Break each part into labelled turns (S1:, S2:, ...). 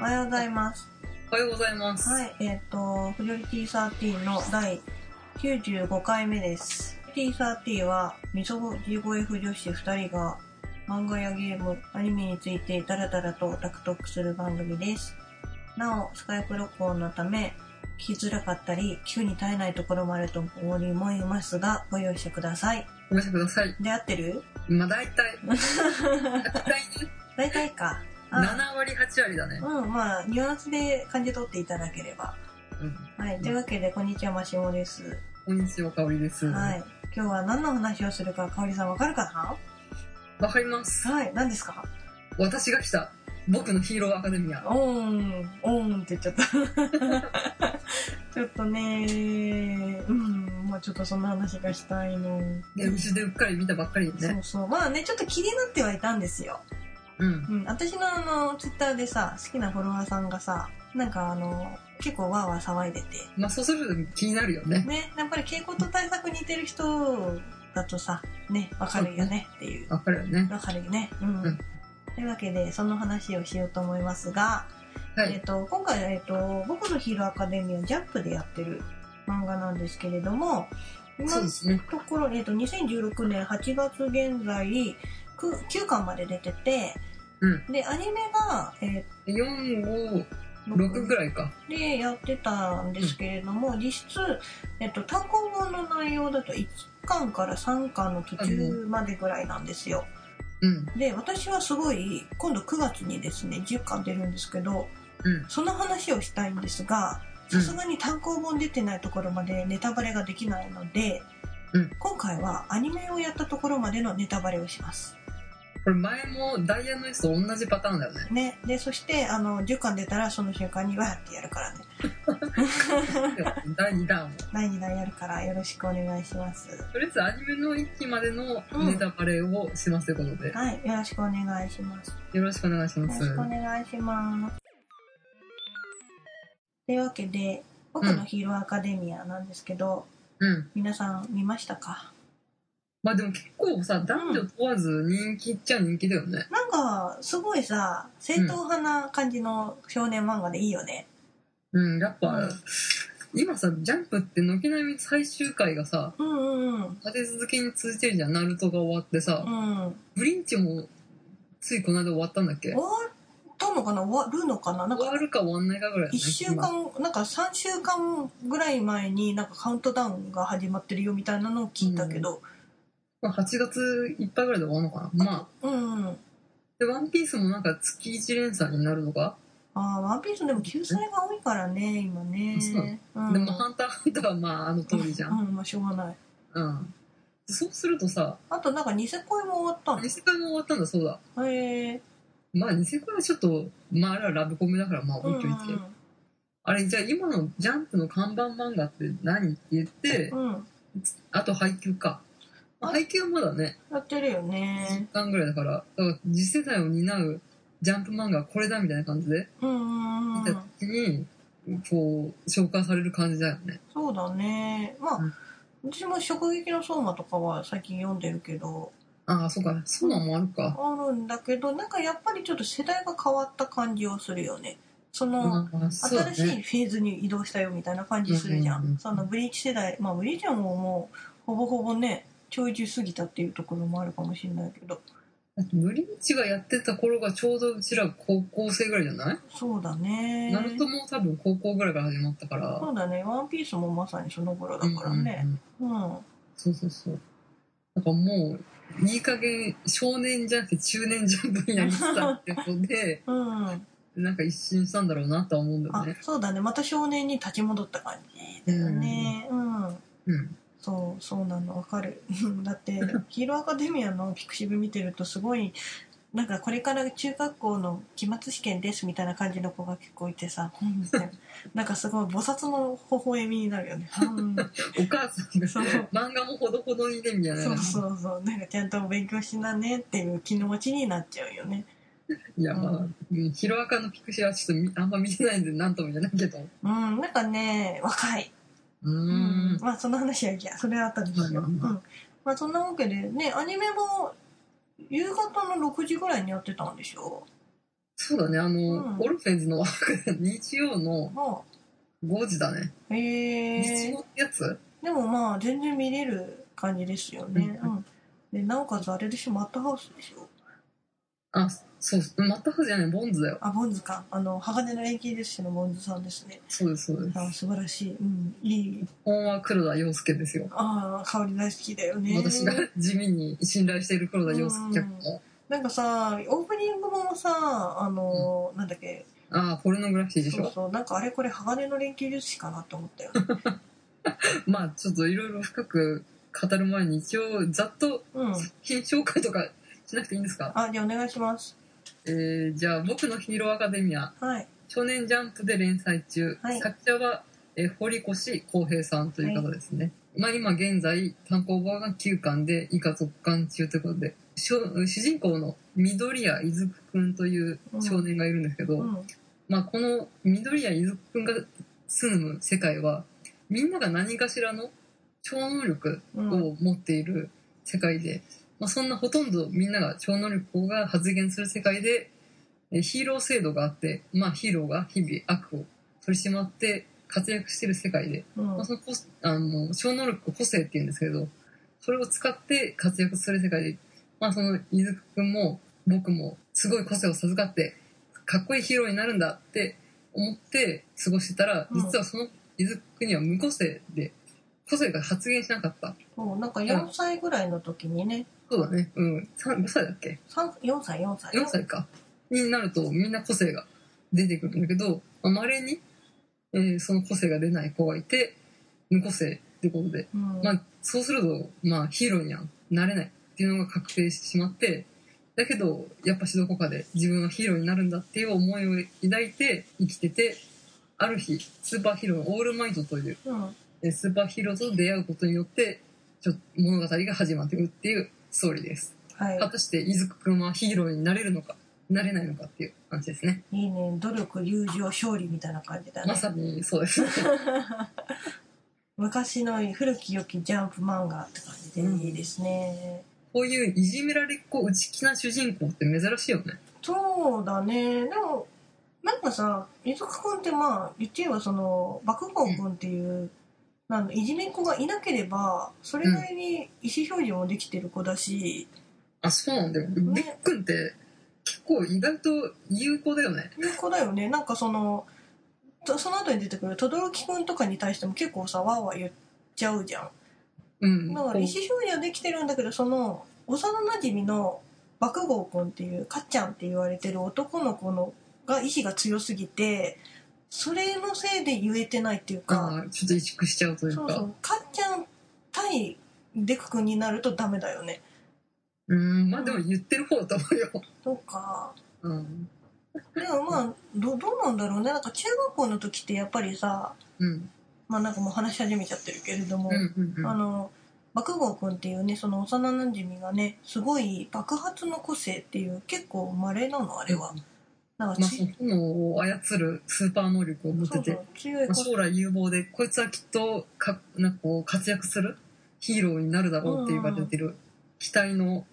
S1: おはようございます。
S2: おはようございます。
S1: はい、えっ、と、フジョリティサーティの第95回目です。フジョリティサーティは、みそご G5F 女子2人が漫画やゲーム、アニメについてダラダラとオタクトークする番組です。なお、スカイプ録音のため、聞きづらかったり、急に耐えないところもあると思いますが、ご容赦ください。
S2: ごめんなさいください。
S1: で、合ってる
S2: まあ大 体、大体ね
S1: 大体か。あ
S2: 7割、8割だね。
S1: うん、まあ、ニュアンスで感じ取っていただければ。
S2: うん。
S1: はい、というわけで、こんにちは、マシモです。
S2: こんにちは、かおりです。
S1: はい。今日は何の話をするか、かおりさんわかるか
S2: わかります。
S1: なはい。何ですか
S2: 私が来た、僕のヒーローアカデミア。
S1: おーん、おーんって言っちゃった。ちょっとねうん、まあちょっとそんな話がしたいの。
S2: ね、うちでうっかり見たばっかりで
S1: そ
S2: ね。
S1: うそう。まあね、ちょっと気になってはいたんですよ。
S2: うん。
S1: うん。私のあの、ツイッターでさ、好きなフォロワーさんがさ、なんかあの、結構わーわー騒いでて。
S2: まあそうすると気になるよね。
S1: ね、やっぱり傾向と対策似てる人だとさ、ね、わかるよねっていう。
S2: わかるよね。
S1: わかるよね。うん。
S2: うん
S1: というわけで、その話をしようと思いますが、
S2: は
S1: えっ
S2: い。
S1: と、今回、えっと、僕のヒーローアカデミア、ジャンプでやってる漫画なんですけれども、今
S2: そう
S1: の
S2: ですね。
S1: ところ、えっと、2016年8月現在、9巻まで出てて、
S2: う
S1: で、アニメが、え
S2: 4、5、
S1: ー
S2: 6ぐらいか。
S1: でやってたんですけれども、実質、えっと、単行本の内容だと1巻から3巻の途中までぐらいなんですよ。
S2: うん。
S1: で私はすごい今度9月にですね10巻出るんですけど
S2: うん。
S1: その話をしたいんですが
S2: うん
S1: さすがに単行本出てないところまでネタバレができないので、
S2: うん
S1: 今回はアニメをやったところまでのネタバレをします。
S2: これ前もダイヤのやつと同じパター ンだよね。
S1: ね、でそしてあの10巻出たらその瞬間にわーってやるからね
S2: 第2弾を。
S1: 第2弾やるからよろしくお願いします。
S2: とりあえずアニメの1期までのネタバレをしますということで、
S1: はい、よろしくお願いします。
S2: よろしくお願いしま
S1: よろ
S2: す。
S1: しくお願いします。というわけで、僕のヒーローアカデミアなんですけど、
S2: うん。
S1: 皆さん見ましたか
S2: まあでも結構さ男女問わず人気っちゃ人気だよね、
S1: なんか、すごいさ、正統派な感じの少年漫画でいいよね。
S2: うん、やっぱ、
S1: うん
S2: 今さ「ジャンプ」って軒並み最終回がさ
S1: うんうんうん。
S2: 立て続けに続いてるじゃんナルトが終わってさ、
S1: うん。
S2: ブリンチもついこの間終わったんだっけ
S1: 終わったのかな終わるのかななん
S2: 終わ
S1: か、
S2: るか終わんないかぐらいだ
S1: 1
S2: ね
S1: 週間、なんか3週間ぐらい前になんかカウントダウンが始まってるよみたいなのを聞いたけど、
S2: まあ8月いっぱいぐらいで終わるのかなまあ
S1: うん、うん。
S2: で「ワンピースもなんか月1連載になるのか、
S1: ああ、ワンピースでも救済が多いからね、今ね。
S2: そう
S1: うん
S2: でも「ハンターハンター」はまああの通りじゃん、
S1: うん、まあしょうがない。
S2: うんそうするとさ
S1: あとなんかニセ恋も終わったん
S2: 2世界も終わったんだそうだ
S1: へえ。
S2: まあ、ニセコはちょっと、まあ、あれはラブコメだから、まあ、
S1: うん
S2: 置いといて。あれ、じゃあ今のジャンプの看板漫画って何って言って、
S1: うんうん。
S2: あと配給か。まあ配給はまだね、
S1: やってるよ
S2: 1
S1: ね。
S2: 巻ぐらいだから、だから次世代を担うジャンプ漫画はこれだみたいな感じで、
S1: うんうんう
S2: 見
S1: ん
S2: た時に、こう、紹介される感じだよね。
S1: そうだね。まあ、
S2: うん
S1: 私も「食撃の相馬」とかは最近読んでるけど
S2: ああ、そうか、そうなんもあるか。
S1: あるんだけどなんかやっぱりちょっと世代が変わった感じをするよね。その、
S2: ああ、そう
S1: 新
S2: だ
S1: し
S2: ね。
S1: いフェーズに移動したよみたいな感じするじゃん。
S2: うんうんうん
S1: そのブリーチ世代まあブリーチはもうもうほぼほぼねちょい中過ぎたっていうところもあるかもしれないけど
S2: だってブリーチがやってた頃がちょうどうちら高校生ぐらいじゃない、
S1: そうだね。
S2: ナルトも多分高校ぐらいから始まったから。
S1: そうだね、ワンピースもまさにその頃だからね
S2: う。んうんうん
S1: うん、
S2: そうそうそう。なんかもう、いい加減、少年じゃなくて中年ジャンプになりつつあるってことで
S1: うん。
S2: なんか一新したんだろうなとは思うんだよ
S1: あ
S2: ね。、
S1: そうだね、また少年に立ち戻った感じだよね。うん。
S2: うん。
S1: そう、そうなの、わかる。 だって、ヒーローアカデミアのピクシブ見てるとすごい、なんかこれから中学校の期末試験ですみたいな感じの子が結構いてさ、うんみたいな。なんかすごい菩薩の微笑みになるよね。うん
S2: お母さんが
S1: そう
S2: 漫画もほどほどにね、みたいな。
S1: そうそうそう。なんかちゃんと勉強しなねっていう気持ちになっちゃうよね。
S2: いや、まあ、
S1: う
S2: うんヒロアカのピクシーはちょっとみあんま見てないんで、なんとも言えないけど。
S1: うん、なんかね、若い。
S2: うー
S1: うん
S2: ん。
S1: まあその話はいいやそれは後ですよ、
S2: ま
S1: う
S2: あ
S1: ん
S2: まあまあ
S1: まあそんなわけでねアニメも夕方の6時ぐらいにやってたんでしょ
S2: そうだね、あの、
S1: うん
S2: オルフェンズの日曜の
S1: ま
S2: 5時だね。
S1: あへ
S2: 日
S1: え
S2: 曜のやつ
S1: でもまあ全然見れる感じですよね、う
S2: うん
S1: でなおかつあれでしょマットハウスでしょ
S2: あ、そう、マッタハじゃない、ボンズだよ。
S1: あボンズかあの鋼の錬金術師のボンズさんですね
S2: そうです、そうです。
S1: あ素晴らしい、うん、いい
S2: 本は黒田洋介ですよ。
S1: ああ香り大好きだよね
S2: 私が地味に信頼している黒田洋介脚本。
S1: なんかさオープニングもさあの、なんだっけ
S2: ああ、ポルノグラフィティでし
S1: そう
S2: ょ。
S1: そうなんかあれこれ鋼の錬金術師かなと思ったよ、
S2: まあ、ちょっといろいろ深く語る前に、一応、ざっと
S1: うん、
S2: 品紹介とかしなくていいんですか
S1: あじゃあお願いします
S2: えー、じゃあ、僕のヒーローアカデミア、
S1: はい
S2: 少年ジャンプで連載中、
S1: はい
S2: 作者は、えー堀越康平さんという方ですね、まあ、今現在単行本が9巻で以下続巻中ということでしょ主人公の緑谷いずくくんという少年がいるんですけど、
S1: うん
S2: まあ、この緑谷いずくくんが住む世界はみんなが何かしらの超能力
S1: うん
S2: を持っている世界で、まあ、そんなほとんどみんなが超能力が発現する世界でえーヒーロー制度があって、まあ、ヒーローが日々悪を取り締まって活躍してる世界で、
S1: うん
S2: まあ、その個あの超能力を個性っていうんですけどそれを使って活躍する世界で、まあ、その伊豆くんも僕もすごい個性を授かってかっこいいヒーローになるんだって思って過ごしてたら、
S1: うん
S2: 実はその伊豆くんには無個性で個性が発現しなかった
S1: そうなんか4歳ぐらいの時にね
S2: そうだね。うん。3 5歳だっけ
S1: 三4歳4歳
S2: ?4 歳か。になるとみんな個性が出てくるんだけど、まあ稀に、えーその個性が出ない子がいて、無個性ってことで。
S1: うん、
S2: まあ、そうすると、まあ、ヒーローにはなれないっていうのが確定してしまって、だけど、やっぱしどこかで自分はヒーローになるんだっていう思いを抱いて生きてて、ある日、スーパーヒーローのオールマイトという
S1: うん
S2: えースーパーヒーローと出会うことによって、ちょ物語が始まっていくっていうストーリーです。
S1: はい
S2: 果たして伊豆くんはヒーローになれるのかなれないのかっていう話ですね
S1: いいね努力友情勝利みたいな感じだね
S2: まさにそうです
S1: 昔の古き良きジャンプ漫画って感じでいいですね、
S2: こういういじめられっ子内気な主人公って珍しいよね
S1: そうだねでもなんかさ伊豆くんってまあ言って言えばその爆豪くんっていう、あのいじめっ子がいなければそれなりに意思表示もできてる子だし、
S2: あそうなんだよりっくんって結構意外と有効だよね
S1: いう子だよねなんかそのとその後に出てくる轟くんとかに対しても結構さわーわー言っちゃうじゃん
S2: うん
S1: だから意思
S2: こう
S1: 表示はできてるんだけどその幼なじみの爆豪くんっていうかっちゃんって言われてる男の子のが意志が強すぎてそれのせいで言えてないっていうか
S2: あーちょっと萎縮しちゃうという
S1: そう
S2: か
S1: そうかっちゃん対デクくんになるとダメだよね
S2: うんまあでも言ってる方だと思うよ、
S1: そうか
S2: うん
S1: でもまあどどうなんだろうねなんか中学校の時ってやっぱりさ
S2: うん、
S1: まあなんかもう話し始めちゃってるけれども、
S2: うんうんうん
S1: あの爆豪くんっていうねその幼なじみがねすごい爆発の個性っていう結構稀なのあれはなんか
S2: まあ、
S1: つ
S2: その炎を操るスーパー能力を持って
S1: そう
S2: て
S1: そう強い
S2: まあ
S1: 個性
S2: 将来有望でこいつはきっとかなんかこう活躍するヒーローになるだろうって言われてる期待の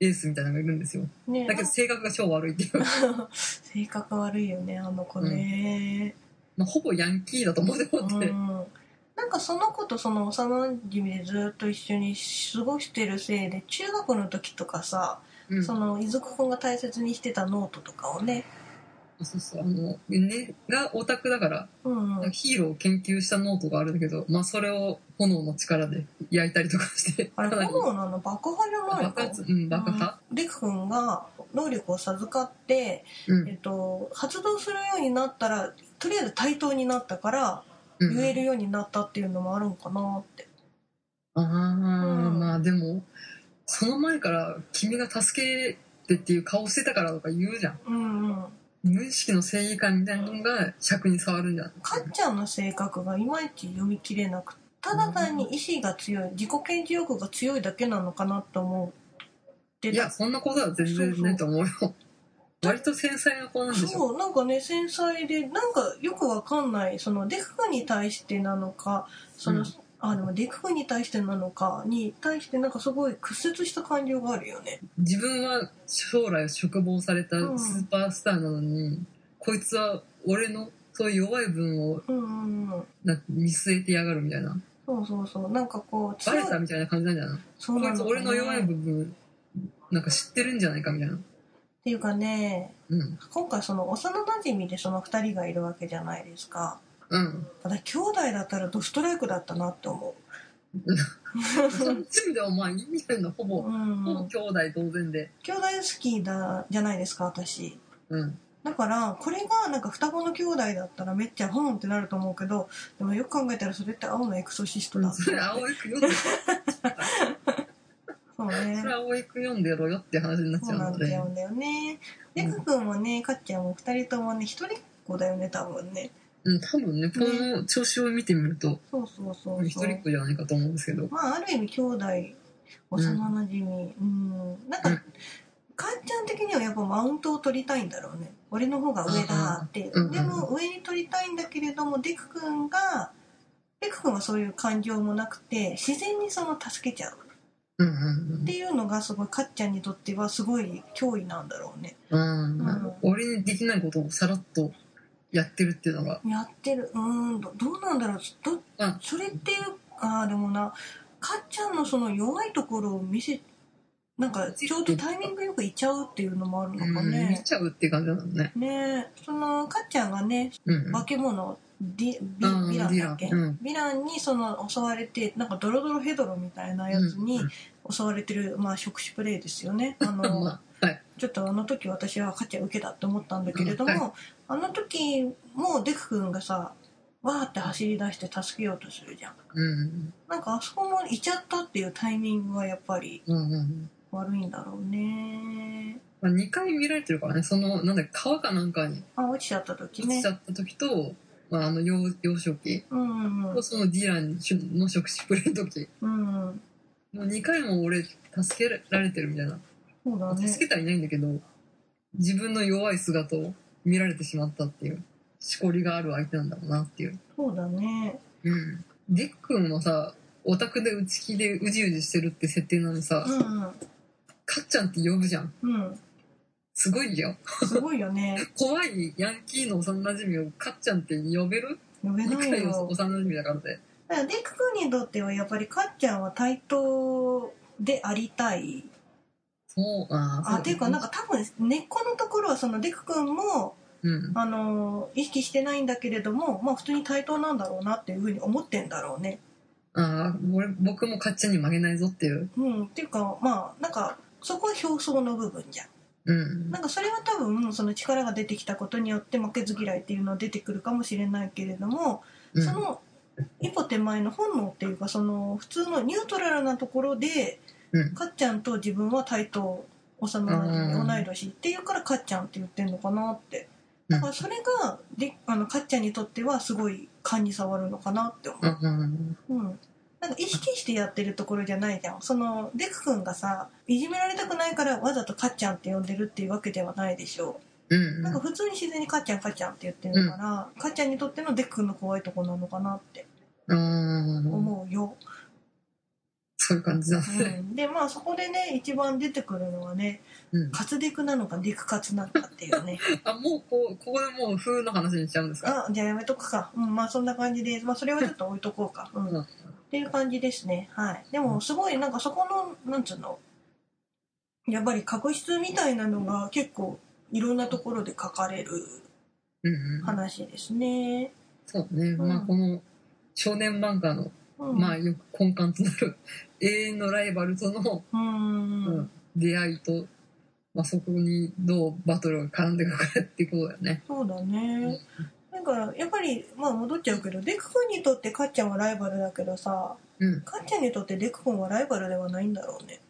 S2: エースみたいなのがいるんですよ
S1: ね
S2: だけど性格が超悪いっていう
S1: 性格悪いよねあの子ね、
S2: まあほぼヤンキーだと思って
S1: うん
S2: 思って
S1: なんかその子とその幼なじみでずっと一緒に過ごしてるせいで中学の時とかさ、
S2: うん
S1: その伊豆くんが大切にしてたノートとかをね、
S2: そうそうあの根がオタクだから
S1: うんうん、
S2: ヒーローを研究したノートがあるんだけど、まあ、それを炎の力で焼いたりとかして
S1: あれ
S2: かなり
S1: 炎なの爆破じゃないの
S2: 爆発うん爆破
S1: うん、く君が能力を授かって、
S2: うん
S1: えっと、発動するようになったらとりあえず対等になったから
S2: うん
S1: 言えるようになったっていうのもあるんかなって、
S2: ああ、
S1: うん
S2: まあでもその前から「君が助けて」っていう顔してたからとか言うじゃん
S1: うんうん、
S2: 無意識の正義感みたいなのが尺に触るんじゃない
S1: かっちゃんの性格がいまいち読み切れなくただ単に意志が強い自己顕示欲が強いだけなのかなと思って
S2: いやそんなことは全然ないと思うよ割と繊細な子なんでしょ
S1: そうなんかね繊細でなんかよくわかんないそのデク君に対してなのかその、
S2: うん
S1: あでもデク君に対してなのかに対してなんかすごい屈折した感情があるよね
S2: 自分は将来嘱望された
S1: うん
S2: スーパースターなのに、こいつは俺のそういう弱い分を
S1: うんうんうん
S2: な見据えてやがるみたいな
S1: そうそうそうなんかこう
S2: バ
S1: 強い
S2: レたみたいな感じなんじゃない
S1: そう
S2: こ
S1: ないの
S2: つ
S1: か
S2: 俺の弱い
S1: っ
S2: 部分なんか知ってるんじゃないかみたいな
S1: ていうかね
S2: うん
S1: 今回その幼なじみでその2人がいるわけじゃないですか
S2: うん
S1: ただ兄弟だったらドストライクだったなって思
S2: そのチームではまあいいみたいなほ
S1: う、
S2: ぼ、
S1: うん、
S2: ほぼ兄弟同然で
S1: 兄弟好きだじゃないですか私
S2: うん
S1: だからこれがなんか双子の兄弟だったらめっちゃホンってなると思うけどでもよく考えたらそれって青のエクソシスト だ、
S2: それ青いく読んで
S1: そうね
S2: それ青いく読んでろよって話になっち
S1: そ
S2: ゃ
S1: う
S2: う
S1: な
S2: の
S1: ん
S2: で
S1: だよんだよね
S2: う
S1: で
S2: ん
S1: かくんもねかっちゃんも2人ともね一人っ子だよね多分ね
S2: うん多分ねこの調子を見てみると
S1: そうそうそう
S2: 一
S1: そう
S2: 人っ子じゃないかと思うんですけど
S1: まあある意味兄弟幼なじみうん、なんか、
S2: うん
S1: かんちゃん的にはやっぱマウントを取りたいんだろうね俺の方が上だって、
S2: うんうん
S1: でも上に取りたいんだけれどもデク君がデク君はそういう感情もなくて自然にその助けちゃう
S2: うんうん
S1: っていうのがすごいかっちゃんにとってはすごい脅威なんだろうね
S2: うん、う
S1: うん
S2: ん、俺にできないことをさらっとやってるっていうのが
S1: やってるうーんどどうなんだろうど
S2: うん
S1: それっていうああでもなかっちゃんのその弱いところを見せなんかちょうどタイミングよくいっちゃうっていうのもあるのか
S2: うん見
S1: ね、
S2: ちゃうって感じなのね
S1: ねえそのかっちゃんがね
S2: うんうん
S1: 化け物ディビ
S2: うん
S1: ヴィランだっけ、
S2: ヴィランうん
S1: ヴィランにその襲われてなんかドロドロヘドロみたいなやつに襲われてる、まあ触手プレイですよ ねあ
S2: うんうん
S1: の
S2: まあはい
S1: ちょっとあの時私は勝ちは受けだって思ったんだけれど
S2: うん
S1: も、あの時もデク君がさ、わーって走り出して助けようとするじゃん。
S2: うん
S1: なんかあそこもいちゃったっていうタイミングがやっぱり
S2: うんうんうん
S1: 悪いんだろうね。
S2: まあ、2回見られてるからねそのなんだっけ川かなんかに
S1: あ、落ちちゃった時
S2: 落ち
S1: ね
S2: ちゃ。った時と、まあ、あの幼幼少期
S1: うんうんうん
S2: と。そのディランの食事プレイの時
S1: うんうん。
S2: もう2回も俺助けられてるみたいな
S1: そうだね
S2: 助。けてはいないんだけど自分の弱い姿を見られてしまったっていうしこりがある相手なんだろうなっていう
S1: そうだね。
S2: うんデックンはさオタクで内気でうじうじしてるって設定なのにさ、
S1: うんうん。
S2: かっちゃんって呼ぶじゃん
S1: うん。
S2: すごいよ
S1: すごいよね。
S2: 怖いヤンキーの幼なじみをかっちゃんって呼べる
S1: 呼べ
S2: 理
S1: ない
S2: 解
S1: よ
S2: の。幼なじみだからで
S1: だからデク君にとってはやっぱりかっちゃんは対等でありたい。
S2: そうあー
S1: あっていうかなん
S2: か
S1: か多分根っこのところはそのデク君も
S2: うん
S1: あの意識してないんだけれどもまあ普通に対等なんだろうなっていうふうに思ってんだろうね。
S2: あー俺僕もかっちゃんに負けないぞっていう
S1: うん、っていうかまあなんかそこは表層の部分じゃん。
S2: うん
S1: なんかそれは多分その力が出てきたことによって負けず嫌いっていうのは出てくるかもしれないけれども
S2: うん
S1: その一歩手前の本能っていうかその普通のニュートラルなところで
S2: うん
S1: かっちゃんと自分は対等幼なじみ同い年っていうからかっちゃんって言ってんのかなって。だからそれがであのかっちゃんにとってはすごい感に触るのかなって思
S2: う
S1: う、
S2: んうん
S1: うん、なんか意識してやってるところじゃないじゃんそのデク君がさいじめられたくないからわざとかっちゃんって呼んでるっていうわけではないでしょ
S2: うん
S1: なんか普通に自然にかっちゃんかっちゃんって言ってるから、かっちゃんにとってのデク君の怖いとこなのかなって
S2: うん
S1: 思うよ、
S2: そういう感じだ
S1: う
S2: ね
S1: ん、でまあそこでね一番出てくるのはね
S2: うん
S1: カツデクなのかデクカツなのかっていうね
S2: あもうこうここでもう風の話にしちゃうんですか
S1: あじゃあやめとくか、うん、まあそんな感じで、まあ、それはちょっと置いとこうか、うん
S2: うん
S1: っていう感じですね。はい。でも、すごい、なんかそこの、なんつうの、やっぱり確執みたいなのが結構いろんなところで書かれる
S2: うんうん
S1: 話ですね。
S2: そうね、まあ
S1: うん
S2: この少年漫画の、
S1: うん、
S2: まあよく根幹となる永遠のライバルとの、
S1: う
S2: うんん、出会いと、まあ、そこにどうバトルが絡んでくるかっていうことだよね。
S1: そうだね。だから、やっぱり、まあ戻っちゃうけど、デク君にとってかっちゃんはライバルだけどさ、
S2: うん。
S1: かっちゃんにとってデク君はライバルではないんだろうね。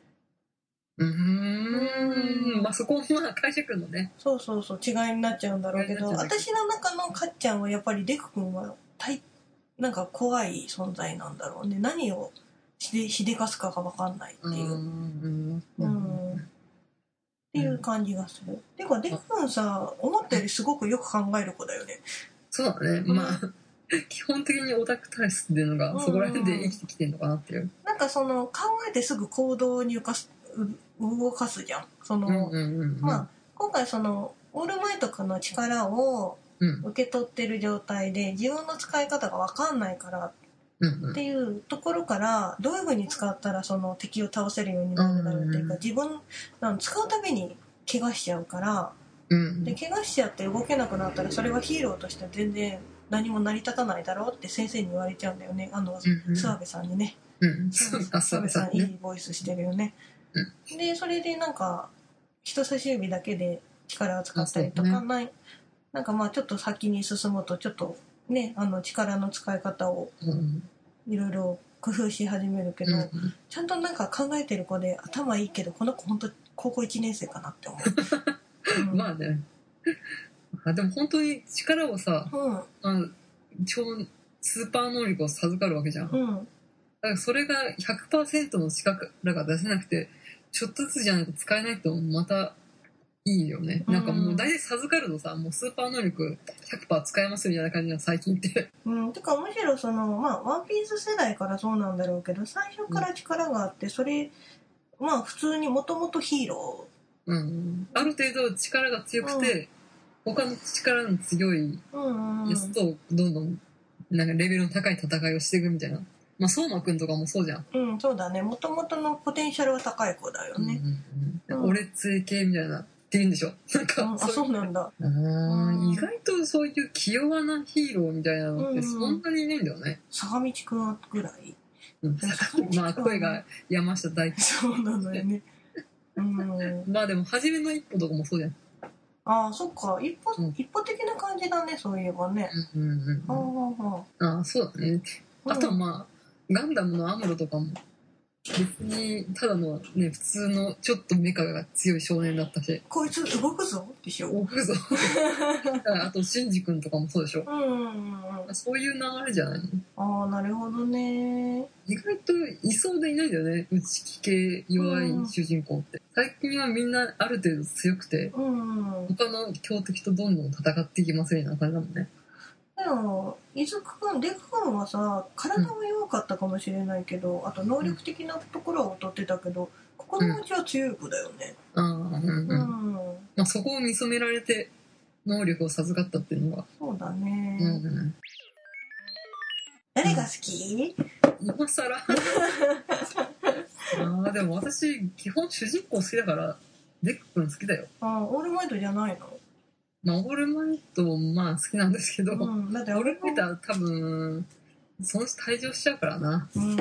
S2: うーん。まあそこもまあ解釈のね。
S1: そうそうそう、違いになっちゃうんだろうけど、
S2: 違いになっちゃう
S1: 私の中のかっちゃんはやっぱりデク君は大、なんか怖い存在なんだろうね。何をしでしでかすかが分かんないっていう。
S2: ん。
S1: う
S2: うんん。
S1: っていう感じがする。てか、デク君さ、思ったよりすごくよく考える子だよね。
S2: そうだね。まあ、 基本的にオタク体質っていうの
S1: うん
S2: がそこら辺で生きてきてんのかなっていう。
S1: なんかその考えてすぐ行動に浮かすう動かすじゃんその、
S2: うんうんうん。
S1: まあ今回そのオールマイト君の力を
S2: うん
S1: 受け取ってる状態で自分の使い方が分かんないから
S2: うんうん
S1: っていうところからどういうふうに使ったらその敵を倒せるようになるだろうっていうか
S2: うん
S1: 自分あの使うたびに怪我しちゃうから
S2: うん
S1: で怪我しちゃって動けなくなったらそれはヒーローとしては全然何も成り立たないだろうって先生に言われちゃうんだよねあの
S2: うんうん
S1: 諏訪部さんにね
S2: うん。あ、
S1: 諏
S2: そ
S1: 訪部
S2: う
S1: さ
S2: さ
S1: んい
S2: ね。
S1: いボイスしてるよねでそれでなんか人差し指だけで力を使ったりと
S2: あ
S1: か
S2: そ
S1: ないなんかまあちょっと先に進むとちょっとねあの力の使い方を
S2: うんうん
S1: いろいろ工夫し始めるけど、
S2: うん
S1: ちゃんとなんか考えてる子で頭いいけどこの子本当高校1年生かなって思 う、うん、
S2: まあね。あでも本当に力をさ、
S1: うん
S2: あの超スーパー能力を授かるわけじゃん。だ
S1: うん
S2: からそれが100%の力が出せなくて、ちょっとずつじゃないと使えないとまたいいよね。なんかもう大体授かるとさ、もうスーパー能力100%使えますみたいな感じの最近って。
S1: うん、てかむしろそのまあワンピース世代からそうなんだろうけど最初から力があってそれまあ普通にもともとヒーロ
S2: うん、ある程度力が強くて、他の力の強い
S1: ーうんうんう
S2: やつ
S1: ん
S2: とどんどんなんかレベルの高い戦いをしていくみたいな、まあ、相馬くんとかもそうじゃん、
S1: うんそうだねもともとのポテンシャルは高い子だよ
S2: うん
S1: ね、
S2: うん
S1: う
S2: うんん、俺杖系みたいなって言うんでしょ なん
S1: う
S2: か、
S1: ん、あ
S2: そう
S1: そうなんだ
S2: あー
S1: うん
S2: 意外とそういう気弱なヒーローみたいなのって
S1: うん
S2: そんなにいないんだよね、
S1: 坂道くんぐらい
S2: うん
S1: うん
S2: まあ声が山下大輝
S1: そうなのよ ねうん
S2: まあでも初めの一歩とかもそうじゃん、
S1: ああそっか一歩、
S2: うん
S1: 一歩的な感じだねそういえばね、
S2: うんうん
S1: あ
S2: うん、
S1: あ
S2: ああそうだね
S1: ああ
S2: あとはまあ、ガンダムのアムロとかも、別に、ただのね、普通のちょっとメカが強い少年だったし、
S1: こいつ動くぞでしょ
S2: 多くぞ。あと、シンジ君とかもそうでしょ。
S1: うんうんうんうん
S2: そういう流れじゃないの
S1: ああなるほどね
S2: 意外といそうでいないんだよね。内気系弱い主人公って。最近はみんなある程度強くて、
S1: うんうん
S2: 他の強敵とどんどん戦っていきますみたいな感じだもんね。
S1: でも伊豆くんデクくんはさ体は弱かったかもしれないけど、あと能力的なところは劣ってたけど心持ちは強い子だよね
S2: ああ、うんうん。
S1: うん、
S2: まあそこを見染められて、能力を授かったっていうのが、
S1: そうだね、
S2: うんうん。
S1: 誰が好き
S2: 今更ああでも私基本主人公好きだからデック君好きだよ
S1: ああオールマイトじゃないの、
S2: まあオールマイトもまあ好きなんですけど、オー
S1: うん、だって俺
S2: ルマイトは多分そのうち退場しちゃうからな
S1: うん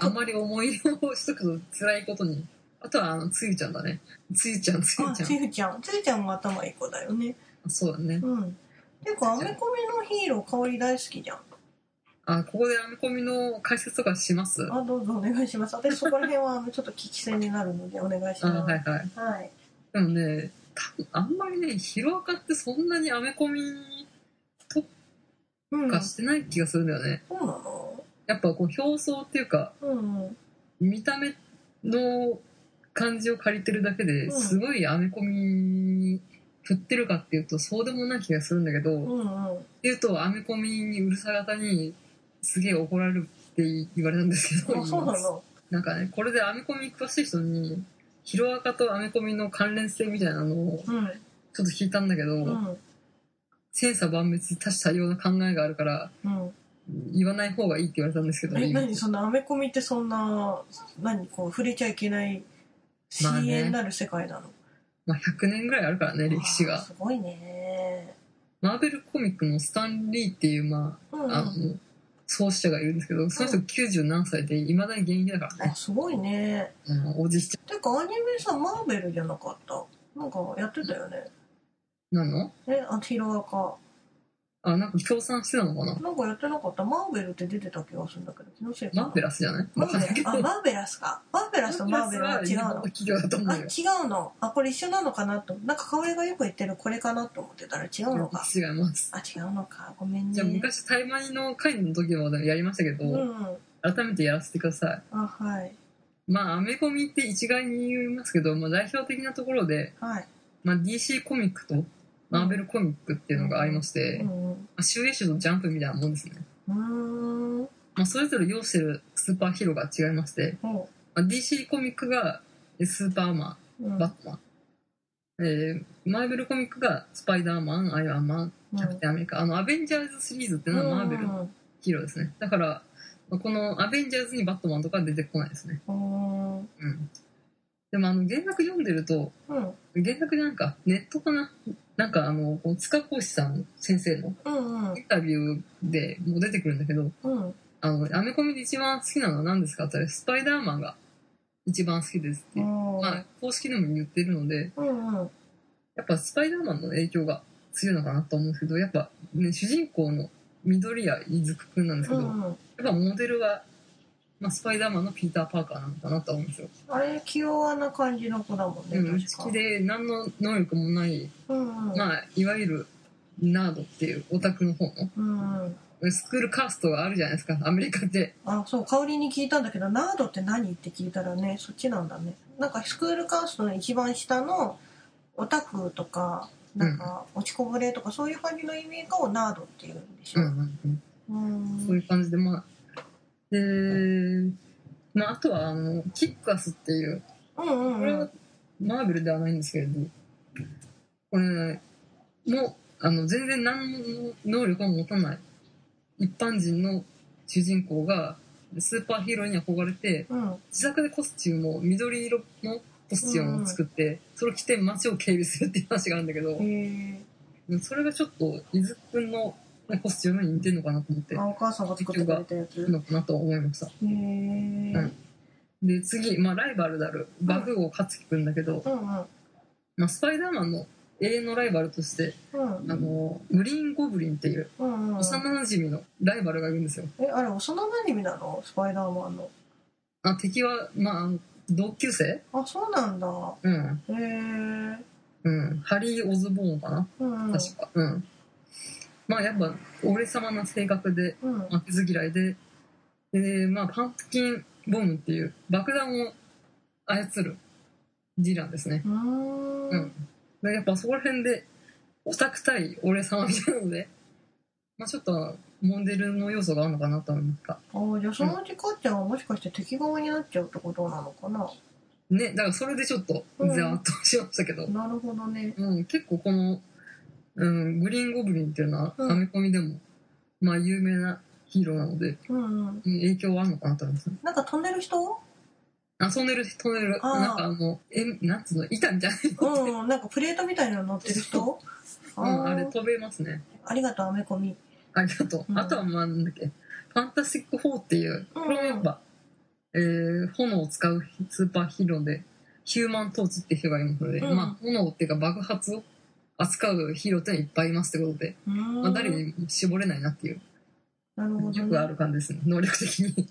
S2: あんまり思い入れをしとくと辛いことにあとはあのつゆちゃんだねつゆちゃんつゆ
S1: あ
S2: ちゃ
S1: つ
S2: ん
S1: ゆちゃんつゆちゃんも頭いい子だよね
S2: そうだね
S1: うんていうかアメコミのヒーロー香り大好きじゃん
S2: あここで編み込みの解説とかしますあ
S1: あどうぞお願いします私そこら辺はあのちょっと聞き戦になるのでお願いします
S2: はいはい
S1: はい。
S2: でもね多分あんまりねヒロアカってそんなに編み込み
S1: うん。
S2: 化
S1: そ
S2: してない気がするんだよね、
S1: うなの
S2: やっぱこう表層っていうか
S1: うんうん。
S2: 見た目の感じを借りてるだけ
S1: う
S2: で
S1: ん
S2: すごいアメコミに振ってるかっていうとそうでもない気がするんだけど、
S1: うんうん。
S2: っていうとアメコミにうるさ方にすげえ怒られるって言われたんですけど
S1: あ、そうな
S2: 今
S1: の
S2: なんかねこれでアメコミ詳しい人にヒロアカとアメコミの関連性みたいなのを
S1: うん。
S2: ちょっと聞いたんだけど、
S1: うん。
S2: 千差万別多種多様な考えがあるから
S1: うん。
S2: 言わない方がいいって言われたんですけど
S1: え、
S2: 今
S1: 何そのアメコミってそんな、何こう、触れちゃいけない、
S2: まあ
S1: 深
S2: ね
S1: 淵なる世界なの。
S2: まあ、100年ぐらいあるからね歴史
S1: あー
S2: が
S1: すごいね。
S2: マーベルコミックのスタンリーっていう、ま
S1: うんう
S2: あ、
S1: ん。
S2: あの、創始者がいるんですけど、その人90何歳で、いまだに現役だから
S1: あ、
S2: ね。
S1: すごいね。
S2: うんおじいち
S1: てか、アニメさ、マーベルじゃなかった。なんか、やってたよね。
S2: ゃんなの
S1: え、あ、ヒロアカ。
S2: あ、なんか協賛してたのかな
S1: なんかやってなかった。マーベルって出てた気がするんだけど、気のせいかな。
S2: マーベラスじゃない
S1: マ
S2: わ
S1: ー
S2: かんない
S1: ベ
S2: け
S1: ラ
S2: ど。
S1: あ、マーベラスか。マーベラスとマーベルは
S2: は
S1: 違
S2: 日
S1: う
S2: 本の
S1: の。
S2: 企業だと思
S1: あ、
S2: うよ。
S1: 違うの。あ、これ一緒なのかなと。なんか香りがよく言ってるこれかなと思ってたら違うのか。
S2: 違います。
S1: あ、違うのか。ごめんね。
S2: じゃあ昔、タイマニの会の時もやりましたけ
S1: うん
S2: ど、
S1: うん。
S2: 改めてやらせてくださ
S1: あ、はい。
S2: い。まあ、アメコミって一概に言いますけど、まあ代表的なところで、
S1: はい。
S2: まあ DC コミックとマーベルコミックっていうのがありまして、
S1: う
S2: ま
S1: ん
S2: あ、集英種のジャンプみたいなもんですね。
S1: うん。うーん。
S2: まあ、それぞれ要してるスーパーヒーローが違いまして、
S1: ほ
S2: まあ、DC コミックがスーパーマ
S1: う。うん
S2: ン、バットマン。えーマーベルコミックがスパイダーマン、アイアンマン、キャプテンアメリカ。あの、アベンジャーズシリーズっていうのはマーベルのヒーローですね。だから、まあこのアベンジャーズにバットマンとか出てこないですね。
S1: うん。うん
S2: うん。でもあの、原作読んでると、
S1: うん。
S2: 原作なんか、ネットかななんかあの、こう塚越さん先生の
S1: うん。うん
S2: インタビューでもう出てくるんだけど、
S1: うん。
S2: あの、アメコミで一番好きなのは何ですかって言ったら、スパイダーマンが一番好きですって、まあ、公式でも言ってるので、
S1: うん。うん。
S2: やっぱスパイダーマンの影響が強いのかなと思うんですけど、やっぱ、ね、主人公の緑谷伊豆くんなんですけ
S1: う
S2: ど、
S1: んうん。
S2: やっぱモデルは、まあ、スパイダーマンのピーター・パーカーなのかなと思うんですよ。
S1: あれ、器用な感じの子だもんね。
S2: うん、内
S1: 確か
S2: 気で何の能力もない、
S1: うんうん。
S2: まあ、いわゆるナードっていうオタクの方
S1: うんうん。
S2: のスクールカーストがあるじゃないですか、アメリカって。
S1: あ、そう、香りに聞いたんだけど、ナードって何って聞いたらね、そっちなんだね。なんかスクールカーストの一番下のオタクとか、なんか落ちこぼれとか、そういう感じの意味がをナードっていうんでしょ。
S2: んうん、
S1: うん。
S2: そういう感じで、まあ、で、まあ、あとは、あの、キックアスっていう、
S1: うんうん
S2: これはマーベルではないんですけれど、これも、あの、全然何の能力を持たない一般人の主人公が、スーパーヒーローに憧れて、
S1: うん。うん。
S2: 自作でコスチュームを、緑色のコスチュームを作って、それを着て街を警備するっていう話があるんだけど
S1: へ、え
S2: それがちょっと、伊豆くんのコスチュームに似てるのかなと思って
S1: あ、、お母さんが作ってくれたやつ。
S2: いいのかなと思いました。
S1: へえうんうん
S2: で、次、まあ、ライバルである、バグを勝つくんだけど、
S1: うん。
S2: まあ、スパイダーマンの永遠のライバルとして、
S1: うん
S2: あの、グリーン・ゴブリンっていう、
S1: うんうん。
S2: 幼馴染のライバルがいるんですよ。
S1: え、あれ、幼馴染なのスパイダーマンの。
S2: あ敵は、まああの、同級生
S1: あ、そうなんだ。
S2: うん。
S1: へえ
S2: うん。ハリー・オズボーンかな
S1: うん。
S2: 確か。うん。まあ、やっぱ、俺様な性格で、
S1: うん。
S2: 負けず嫌いで、で、まあ、パンプキン・ボムっていう爆弾を操るディランですね。
S1: うーん。
S2: うんでやっぱそこら辺でオタク対俺様みたいなので、まあ、ちょっとモデルの要素があるのかなと思いますか
S1: ああ、じゃあそのうちかっちゃんはもしかして敵側になっちゃうってことなのかな。
S2: ねだからそれでちょっとざ
S1: うん
S2: わっとしましたけど、
S1: なるほどね。
S2: うん、結構この、うん、グリーン・ゴブリンっていうのは
S1: うん
S2: アメコミでも、まあ有名なヒーローなので
S1: うんうん。
S2: うん影響はあるのかなと思いますね
S1: なんか飛んでる人
S2: あトンネルトンネル
S1: あー
S2: なんかあのえなんつうの板みたいな
S1: うんうん。なんかプレートみたいなの乗ってる人 あ
S2: の、 うん、
S1: あ
S2: あれ飛べますね
S1: ありがとう、アメコミ。
S2: ありがとう。
S1: うん
S2: あとは、まあ、なんだっけ、ファンタスティック4っていう、
S1: うん
S2: これもやっぱ、えー、炎を使うスーパーヒーローで、ヒューマントーチって人がいますので、
S1: うん
S2: まあ、炎っていうか爆発を扱うヒーローってのはいっぱいいますってことで、
S1: うーん。
S2: まあ、誰にも絞れないなっていう、
S1: なるほど、
S2: よくあ
S1: ね。
S2: る感じですね、能力的に。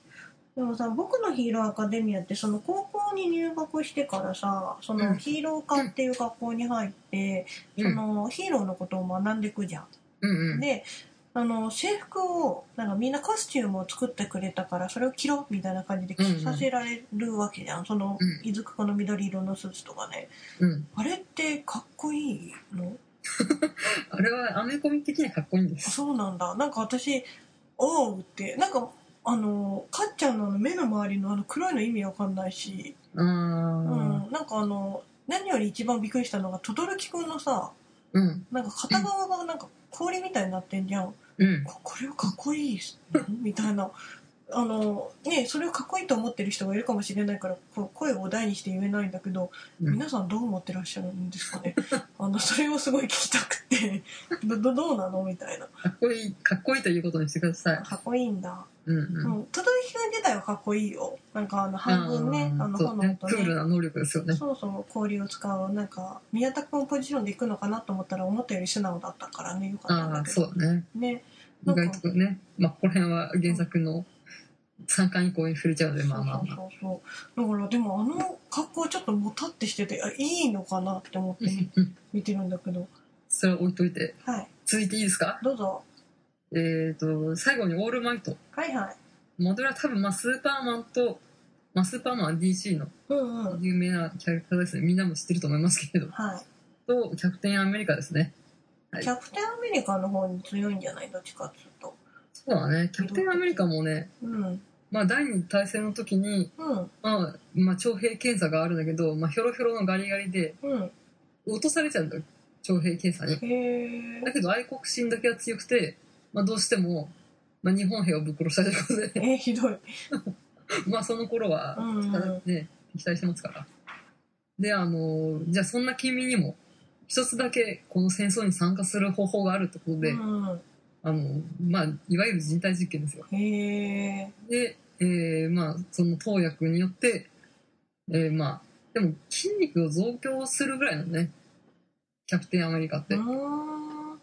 S1: でもさ、僕のヒーローアカデミアって、その高校に入学してからさ、そうの
S2: ん
S1: ヒーロー科っていう学校に入って、
S2: う
S1: そ
S2: ん、
S1: のヒーローのことを学んでいくじゃん。
S2: うん、うん。
S1: であの制服をなんかみんなコスチュームを作ってくれたからそれを着ろみたいな感じで
S2: うんうん
S1: 着させられるわけじゃん、その
S2: うん
S1: 伊豆この緑色のスーツとかね
S2: うん。
S1: あれってかっこいいの
S2: あれは、アメコミ的にはかっこいいんで
S1: あ
S2: す。
S1: そうなんだなんか私「おう」ってなんかあのかっちゃんのあの目の周りのあの黒いの意味わかんないし、
S2: あー、
S1: うんなんかあの何より一番びっくりしたのが轟くんのさ
S2: うん、
S1: なんか片側がなんか氷みたいになってんじゃん
S2: うん。
S1: ここれはかっこいいっすねみたいなあのねそれをかっこいいと思ってる人がいるかもしれないからこう声を大にして言えないんだけど、
S2: うん
S1: 皆さんどう思ってらっしゃるんですかね あのそれをすごい聞きたくて どどどうなのみたいな
S2: かっこいい、かっこいいということにしてください。
S1: かっこいいんだ
S2: うん、
S1: う
S2: うん。
S1: ん轟きが自体はかっこいいよなんかあの半分ねあの
S2: そう
S1: 炎
S2: ね、
S1: と
S2: クール
S1: ね
S2: な能力ですよね。
S1: そうそう氷を使うなんか宮田君ポジションでいくのかなと思ったら思ったより素直だったからねよかったん
S2: あ
S1: だ
S2: あ、
S1: け
S2: そ
S1: ど
S2: うだね。
S1: ね
S2: 意外とね、まあ、ここら辺は原作の3巻以降に触れちゃうので、まあまあまあ。
S1: そうそうそうだからでもあの格好ちょっともたってしててあいいのかなって思って見てるんだけど
S2: それは置いといて。
S1: はい
S2: 続いていいですか
S1: どうぞ
S2: えっ、と、最後にオールマイト。
S1: はいはい
S2: モデルは多分、まあ、スーパーマンと、まあ、スーパーマンは DC の
S1: うんうん
S2: 有名なキャラクターですね。みんなも知ってると思いますけれど。
S1: はい
S2: と、キャプテンアメリカですね。はい
S1: キャプテンアメリカの方に強いんじゃないどっちかっつうと。
S2: そうだね。キャプテンアメリカもね、
S1: うん。
S2: まあ、第二次大戦の時に、
S1: うん。
S2: まあ、まあ、徴兵検査があるんだけど、まあ、ひょろひょろのガリガリで、
S1: うん。
S2: 落とされちゃうんだよ、徴兵検査に。
S1: へ
S2: だけど、愛国心だけは強くて、まあ、どうしても、まあ、日本兵をぶっ殺したということ
S1: え。
S2: で、
S1: え、ひどい。
S2: まあ、その頃は
S1: う、んうん。
S2: ね、敵対してますから。で、あの、じゃあ、そんな君にも、一つだけ、この戦争に参加する方法があるってことで、
S1: うん
S2: あの、まあ、いわゆる人体実験ですよ。
S1: へえ。
S2: で、えーまあ、その投薬によって、えーまあ、でも筋肉を増強するぐらいなのね、キャプテンアメリカっ
S1: う
S2: て。
S1: ん。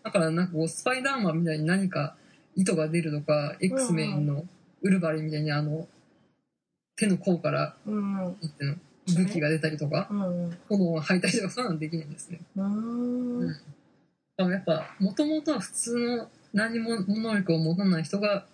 S2: だからなんかこう、スパイダーマンみたいに何か糸が出るとか、X メンのウルヴァリンみたいにあの、手の甲から、
S1: うん。
S2: なんていうの武器が出たりとか、
S1: うん。
S2: 炎が吐いたりとか、そういうのはできないんですね。
S1: うん。
S2: うんだからやっぱ、もともとは普通の何も能力を持たない人が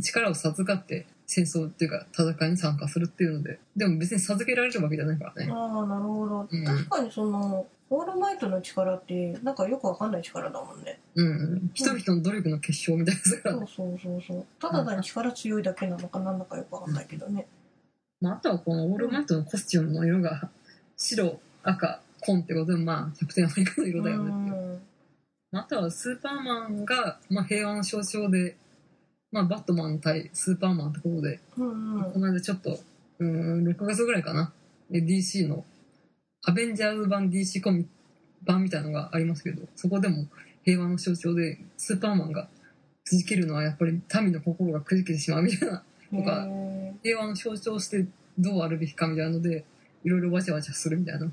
S2: 力を授かって戦争っていうか戦いに参加するっていうので、でも別に授けられるわけじゃないからね。
S1: ああ、なるほど。
S2: うん
S1: 確かにその、オールマイトの力って、なんかよくわかんない力だもんね。
S2: うん。人々の努力の結晶みたいです
S1: そ
S2: からね。
S1: うそうそうそう。ただ単に力強いだけなのかなんだかよくわかんないけどね。
S2: まあ、あとはこのオールマイトのコスチュームの色が白、赤、紺ってことで、まあ、キャプテンアメリカの色だよねっていう。まああとはスーパーマンが、まあ、平和の象徴で、まあ、バットマン対スーパーマンってことで、
S1: うん。うんうん
S2: こ。の間ちょっと、うーん、6月ぐらいかな。で DC の、アベンジャーズ版 DC コミ版みたいなのがありますけど、そこでも平和の象徴で、スーパーマンがくじけるのはやっぱり民の心がくじけてしまうみたいな、とか
S1: へ
S2: 平和の象徴してどうあるべきかみたいなので、いろいろわちゃわちゃするみたいな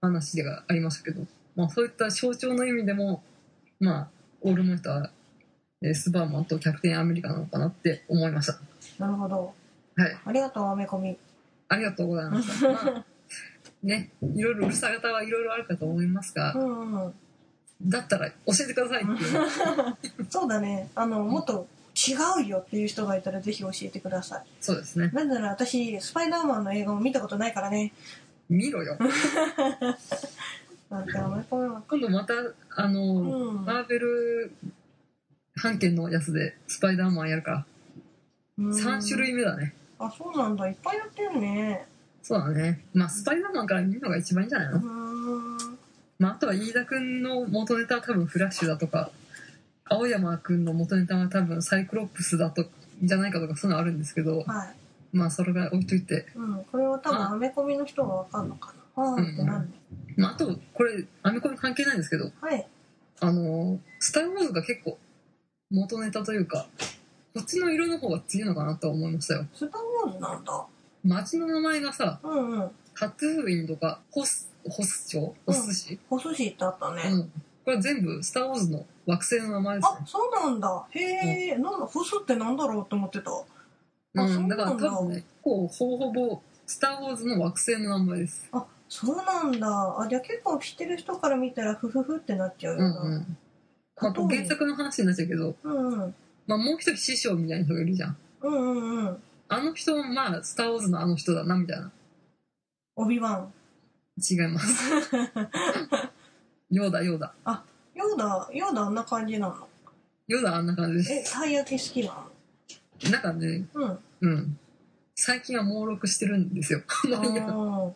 S2: 話がありましたけど、まあそういった象徴の意味でも、まあ、オールマイトは、えースーパーマンとキャプテンアメリカなのかなって思いました。
S1: ーなるほど。
S2: はい。
S1: ありがとう、アメコミ。
S2: ありがとうございました。まあね、いろいろうるさ方はいろいろあるかと思います
S1: う
S2: が、
S1: んうん。
S2: だったら教えてくださいっていう。
S1: そうだね。あの、もっと違うよっていう人がいたらぜひ教えてくださ
S2: そうですね
S1: い。。なんなら私、スパイダーマンの映画も見たことないからね。
S2: 見ろよ。
S1: なんてアメコミは。
S2: 今度また、あ
S1: う
S2: の、
S1: ん。
S2: マーベル版権のやつでスパイダーマンやるか
S1: うん
S2: ら、3種。類目だね。
S1: あ、そうなんだ。いっぱいやってるね。
S2: そうだね。まあ、スパイダーマンから見るのが一番いいんじゃないうの
S1: ん。
S2: まあ、あとは飯田くんの元ネタは多分フラッシュだとか、青山くんの元ネタは多分サイクロプスだと、じゃないかとかそういうのあるんですけど、
S1: はい。
S2: まあ、それが置いといて、
S1: うん、これは多分アメコミの人がわかんのかな。あーってなんで。
S2: まあ、あと、これ、アメコミ関係ないんですけど、
S1: はい。
S2: あのースター・ウォーズが結構、元ネタというか、こっちの色の方が強いのかなとは思いましたよ。
S1: スターウォーズなんだ。
S2: 街の名前がさ、
S1: うんうん。
S2: カトゥーインとか、ホス、ホス町ホス市、
S1: お寿司ってあったね。
S2: うん、これ全部、スター・ウォーズの惑星の名前です
S1: あ、そうなんだ。へえ、なんだ、フスってなんだろうって思ってた。
S2: ね。
S1: あそううなん
S2: ん、
S1: だ
S2: だから多分ね、こう、ほぼほぼ、スター・ウォーズの惑星の名前です。
S1: あ、そうなんだ。あ、じゃあ結構知ってる人から見たら、ふふふってなっちゃうよ
S2: うんう
S1: な。
S2: ん。まあ、こう原作の話になっちゃうけど、
S1: うんうん。
S2: まあ、もう一人師匠みたいな人がいるじゃん。
S1: うんうんうん。
S2: あの人は、まあ、スター・ウォーズのあの人だな、みたいな。
S1: オビワン。
S2: 違います。ヨーダ、ヨーダ。
S1: ヨーダ、ヨーダあんな感じなの。
S2: ヨーダあんな感じ
S1: え、
S2: で
S1: たい焼き好きな
S2: す。なんかね、
S1: のうん。
S2: うん。最近は猛録してるんですよ。
S1: あー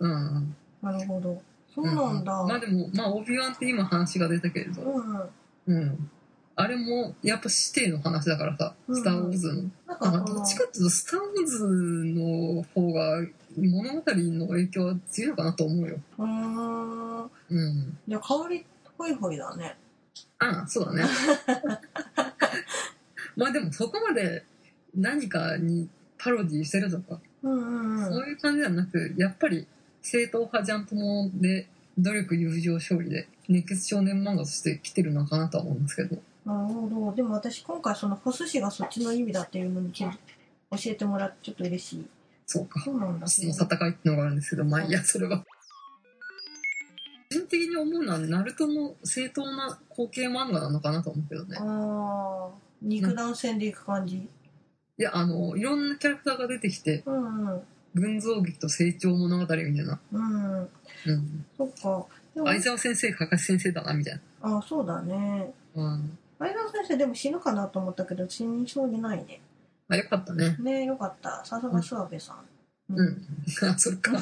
S2: うん。
S1: なるほど。そうなんだ。
S2: まあでも、まあ、オビワンって今話が出たけれ
S1: う
S2: ど、
S1: んうん。
S2: うん。あれも、やっぱ師弟の話だからさ、
S1: うん
S2: スター・ウォーズの。
S1: なん
S2: ま
S1: か
S2: あ、
S1: こ
S2: ど
S1: の
S2: っちかっていうと、スター・ウォーズの方が物語の影響は強いのかなと思うよ。
S1: うーん。
S2: うん。
S1: じゃあ香りホイホイだね。
S2: ああ、そ うだね。まあでも、そこまで何かにパロディしてるとか、
S1: うんうんう
S2: そ
S1: ん。
S2: ういう感じではなく、やっぱり正統派ジャンプもので、努力、友情、勝利で、熱血少年漫画として来てるのかなとは思うんですけど。
S1: なるほど。でも私今回そのホス氏がそっちの意味だっていうのに気づ教えてもらってちょっと嬉しい。
S2: そうか。
S1: そうなんだ。
S2: その戦いってのがあるんですけど、まあいいや、それは。個人的に思うのは、ナルトの正当な後継漫画なのかなと思うけどね
S1: あ。あー、肉弾戦でいく感じ。
S2: いや、あの、いろんなキャラクターが出てきて、
S1: うんうん。
S2: 群像劇と成長物語みたいな。
S1: うん。
S2: うん。
S1: そっか。でも
S2: 相沢先生、かかし先生だな、みたいな。
S1: あそうだね
S2: うん。
S1: 前澤先生でも死ぬかなと思ったけど死にそうにないね
S2: あ、よかったね。
S1: ねよかったさすが諏訪部さん
S2: うん。 あ、そっか。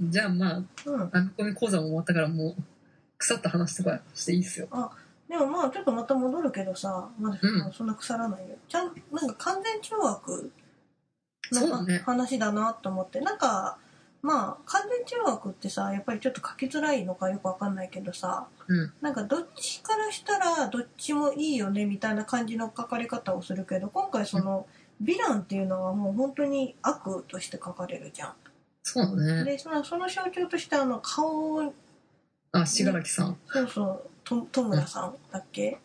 S2: じゃあまあ、
S1: うん、うん、
S2: 編み込み講座も終わったからもう、腐った話とかしていいっすよ。
S1: でもまあちょっとまた戻るけどさまだ
S2: うん
S1: そんな腐らないよ、ちゃんなんか完全懲悪
S2: そうだね
S1: の話だなと思って、なんかまあ完全懲悪ってさやっぱりちょっと書きづらいのかよくわかんないけどさ、
S2: うん
S1: なんかどっちからしたらどっちもいいよねみたいな感じの書かれ方をするけど今回その、ヴィランっていうのはもう本当に悪として書かれるじゃ
S2: そうだ
S1: ん。
S2: ね。
S1: で、そのその象徴としてあの顔を、
S2: あ、しがらきさん。
S1: そうそう、と戸村さんだっけ、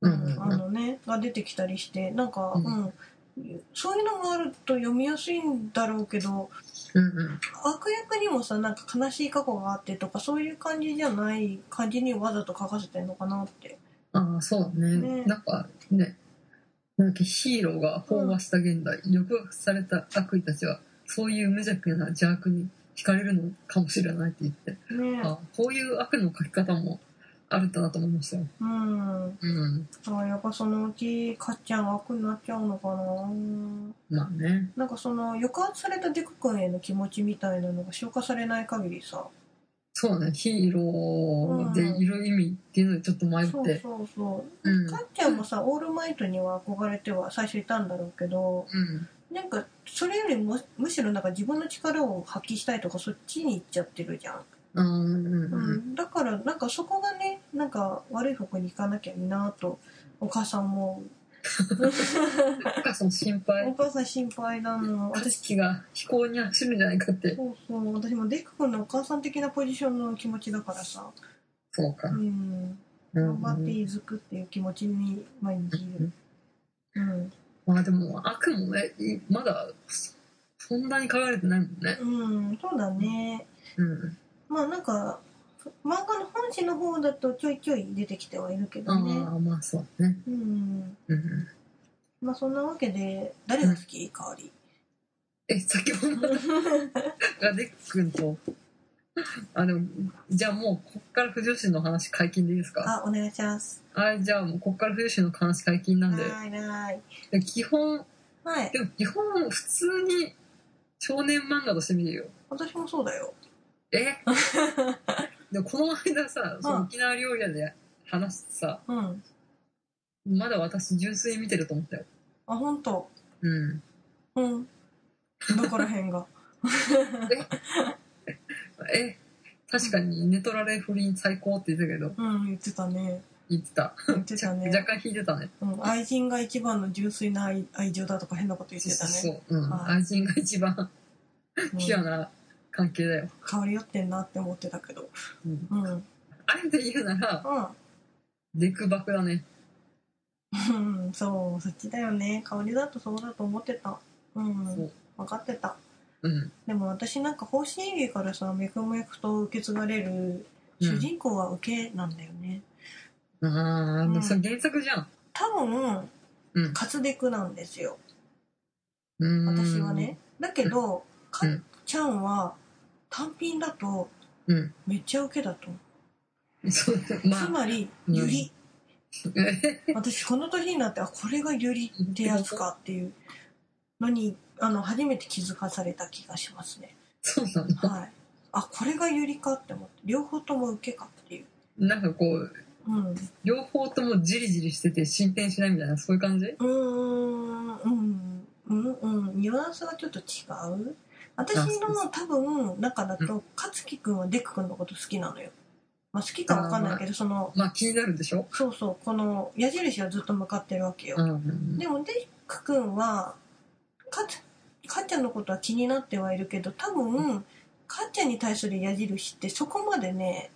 S2: うんうん
S1: あ
S2: うん。
S1: のねが出てきたりしてなんか、う
S2: うんん
S1: そういうのもあると読みやすいんだろうけど
S2: うんうん。
S1: 悪役にもさなんか悲しい過去があってとかそういう感じじゃない感じにわざと書かせてんのかなって
S2: ああ、そうだね
S1: ね。
S2: なんかね、なんかヒーローが飽和した現代、抑圧された悪意たちは、そういう無邪気な邪悪に惹かれるのかもしれないって言って、
S1: ね
S2: あこういう悪の書き方もあるんだなと思いましたよ。
S1: うん
S2: うん。
S1: だからやっぱそのうちかっちゃん悪になっちゃうのかな
S2: まあね。
S1: なんかその抑圧されたデク君への気持ちみたいなのが消化されない限りさ
S2: そうね、ヒーローでいる意味っていうのでちょっと迷っ
S1: そう
S2: て。
S1: そうそう
S2: うん。
S1: かっちゃんもさオールマイトには憧れては最初いたんだろうけど
S2: うん。
S1: なんかそれよりもむしろなんか自分の力を発揮したいとかそっちに行っちゃってるじゃん、
S2: あーうん
S1: う
S2: うんうん。
S1: ん、だからなんかそこがねなんか悪い方向に行かなきゃいいなとお母さんも
S2: なんかその心
S1: お
S2: 配、
S1: 母さん心配なの
S2: 勝
S1: 私
S2: つ気が飛行に走るんじゃないかって。
S1: そうそう私もデク君のお母さん的なポジションの気持ちだからさ、
S2: そうか
S1: う。ん、
S2: うん
S1: 頑
S2: う
S1: 張って
S2: ん
S1: いずくっていう気持ちに毎日いる、うん
S2: まあでも悪もねいまだそそんなに書かれてないもんね。
S1: うん、そうだね
S2: うん。
S1: まあなんか漫画の本誌の方だとちょいちょい出てきてはいるけどね
S2: ああまあそうだね。
S1: うん
S2: うん。
S1: まあそんなわけで誰が好き香り
S2: え先ほ どがデックンとあでもじゃあもうこっから不女子の話解禁でいいですか。
S1: あお願いします
S2: はいじゃあもうこっから不女子の話解禁なんで
S1: はーいはーい
S2: で基本
S1: はい
S2: でも基本普通に少年漫画として見るよ。
S1: 私もそうだよ
S2: えでもこの間さその沖縄料理屋で話してさ
S1: うん
S2: まだ私純粋に見てると思ったよ。
S1: あ本当
S2: うん。
S1: うんどこら辺 が
S2: え確かに寝取られ不倫最高って言ってたけど
S1: うん言ってたね
S2: 言ってた
S1: 言ってたね、
S2: 若干引いてたね
S1: うん、愛人が一番の純粋な愛愛情だとか変なこと言っ
S2: そう
S1: てた
S2: そう
S1: ね
S2: そう、うん
S1: はい
S2: 愛人が一番
S1: うん
S2: ピュアな関係だよ、
S1: 香り寄ってんなって思ってたけど
S2: うん
S1: うんうん
S2: あえて言うならデクバクだね
S1: うんそうそっちだよね香りだとそうだと思ってたうん
S2: そう
S1: 分かってた
S2: うん
S1: でも私なんか方針演技からさ脈々と受け継がれる主人公は受けなんだよね、
S2: ああ、
S1: うん
S2: でもそれ原作じゃん
S1: 多分
S2: うん
S1: 活デクなんですよ
S2: うーん
S1: 私はね、だけどか
S2: う
S1: っ
S2: ん
S1: ちゃんは単品だと
S2: うん
S1: めっちゃ受けだと思う、
S2: そう
S1: つ
S2: まあ
S1: まり
S2: うん
S1: ゆり、
S2: え
S1: 私この年になってあこれがゆりってやつかっていうのにあの初めて気づかされた気がしますね
S2: そうなの
S1: はいあこれがゆりかって思って両方とも受けかっていう
S2: なんかこう
S1: うん
S2: 両方ともジリジリしてて進展しないみたいなそういう感じ
S1: うーんうんうんうんニュアンスがちょっと違う私
S2: あそう
S1: の多分中だと勝樹くんはデクくんのこと好きなのよ、まあ、好きかわかんないけどその
S2: まあ気になるでしょ
S1: そうそうこの矢印はずっと向かってるわけよ、
S2: ん
S1: でもデクくんはかつかっちゃんのことは気になってはいるけど多分かっちゃんに対する矢印ってそこまでね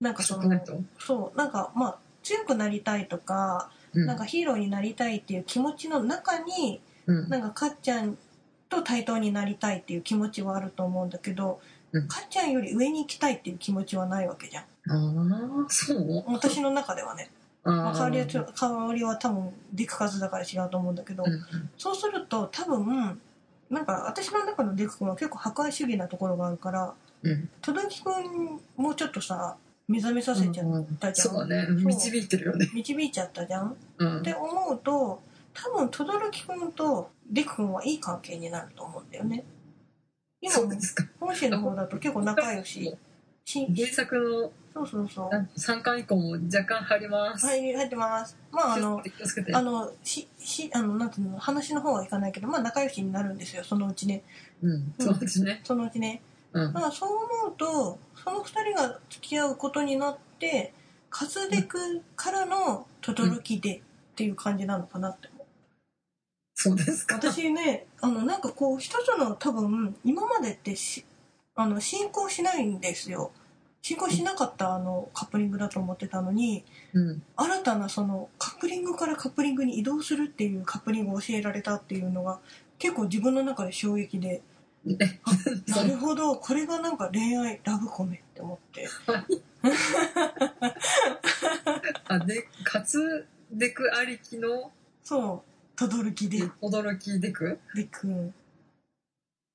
S1: なんかそ
S2: 少ない
S1: の
S2: と
S1: そうなんかまあ強くなりたいとか
S2: うん
S1: なんかヒーローになりたいっていう気持ちの中に
S2: うん
S1: なんかかっちゃんと対等になりたいっていう気持ちはあると思うんだけど、
S2: うん
S1: かっちゃんより上に行きたいっていう気持ちはないわけじゃん
S2: ああそう
S1: 私の中ではねまあ
S2: あ
S1: 香りはち
S2: ー
S1: ょ香りは多分デク数だから違うと思うんだけど、
S2: うん
S1: そうすると多分なんか私の中のデク君は結構破壊主義なところがあるから
S2: うん
S1: 轟君もちょっとさ目覚めさせちゃったじゃん、
S2: そうだね
S1: そう
S2: 導いてるよね
S1: 導いちゃったじゃん
S2: うん
S1: って思うと多分轟君と陸君はいい関係になると思うんだよね今
S2: そうですか
S1: 本州の方だと結構仲良しし
S2: 原作
S1: そ
S2: の
S1: うそうそう
S2: なん3巻以降も若干入ります、
S1: 入り入ってますまああの
S2: 気をつけて
S1: あのししあのなんていうの話の方はいかないけどまあ仲良しになるんですよそのうちね
S2: うんそうですね
S1: そのうちね
S2: うん
S1: まあそう思うとその二人が付き合うことになってカズデクからの轟でっていう感じなのかなって思う
S2: そうですか
S1: 私ねあのなんかこう一つの多分今までってしあの進行しないんですよ進行しなかったあのカップリングだと思ってたのに
S2: うん
S1: 新たなそのカップリングからカップリングに移動するっていうカップリングを教えられたっていうのが結構自分の中で衝撃で
S2: ね
S1: あなるほどこれがなんか恋愛ラブコメって思って
S2: あでかつでくありきの
S1: そう轟で
S2: 驚きでく
S1: でくん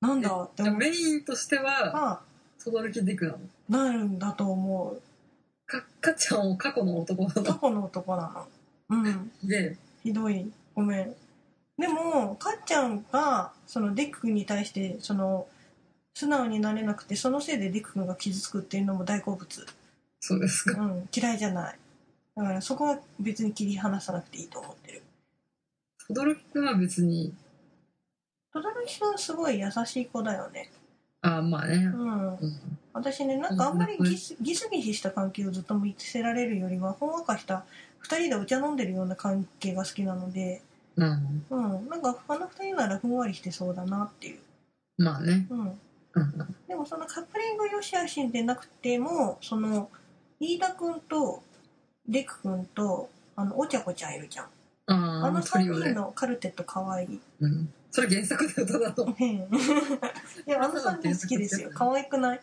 S1: なんだって
S2: じゃ
S1: 思
S2: あ
S1: っ
S2: メインとして
S1: た
S2: は
S1: ら
S2: 轟きでくなの
S1: なるんだと思う
S2: かかっちゃんを過去の男の
S1: タコの男なのうん
S2: で
S1: ひどいごめんでもかっちゃんがそのデックに対してその素直になれなくてそのせいでデック君が傷つくっていうのも大好物、
S2: そうですか
S1: うん、嫌いじゃないだからそこは別に切り離さなくていいと思ってる
S2: 轟きくんは別に
S1: 轟くんすごい優しい子だよね
S2: あまあね
S1: うん
S2: うん
S1: 私ねなんかあんまりギスギスギスした関係をずっと見せられるよりはほんわかした2人でお茶飲んでるような関係が好きなので
S2: うん
S1: うんなんか他の2人ならふんわりしてそうだなっていう
S2: まあね
S1: うん
S2: うん
S1: でもそのカップリングよしあしでなくてもその飯田君とデク君とあのおちゃこちゃんいるじゃん
S2: あ
S1: あの
S2: のトリオ
S1: 3人
S2: で、
S1: のカルテット可愛い
S2: うん、それ原作で歌だと
S1: い やあの3人好きですよ可愛くない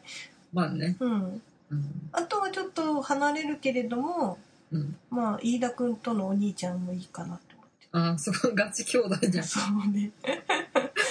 S2: まあね
S1: うん
S2: うん
S1: あとはちょっと離れるけれども
S2: うん
S1: まあ飯田君とのお兄ちゃんもいいかなと思って
S2: あそこガチ兄弟じゃん
S1: そうね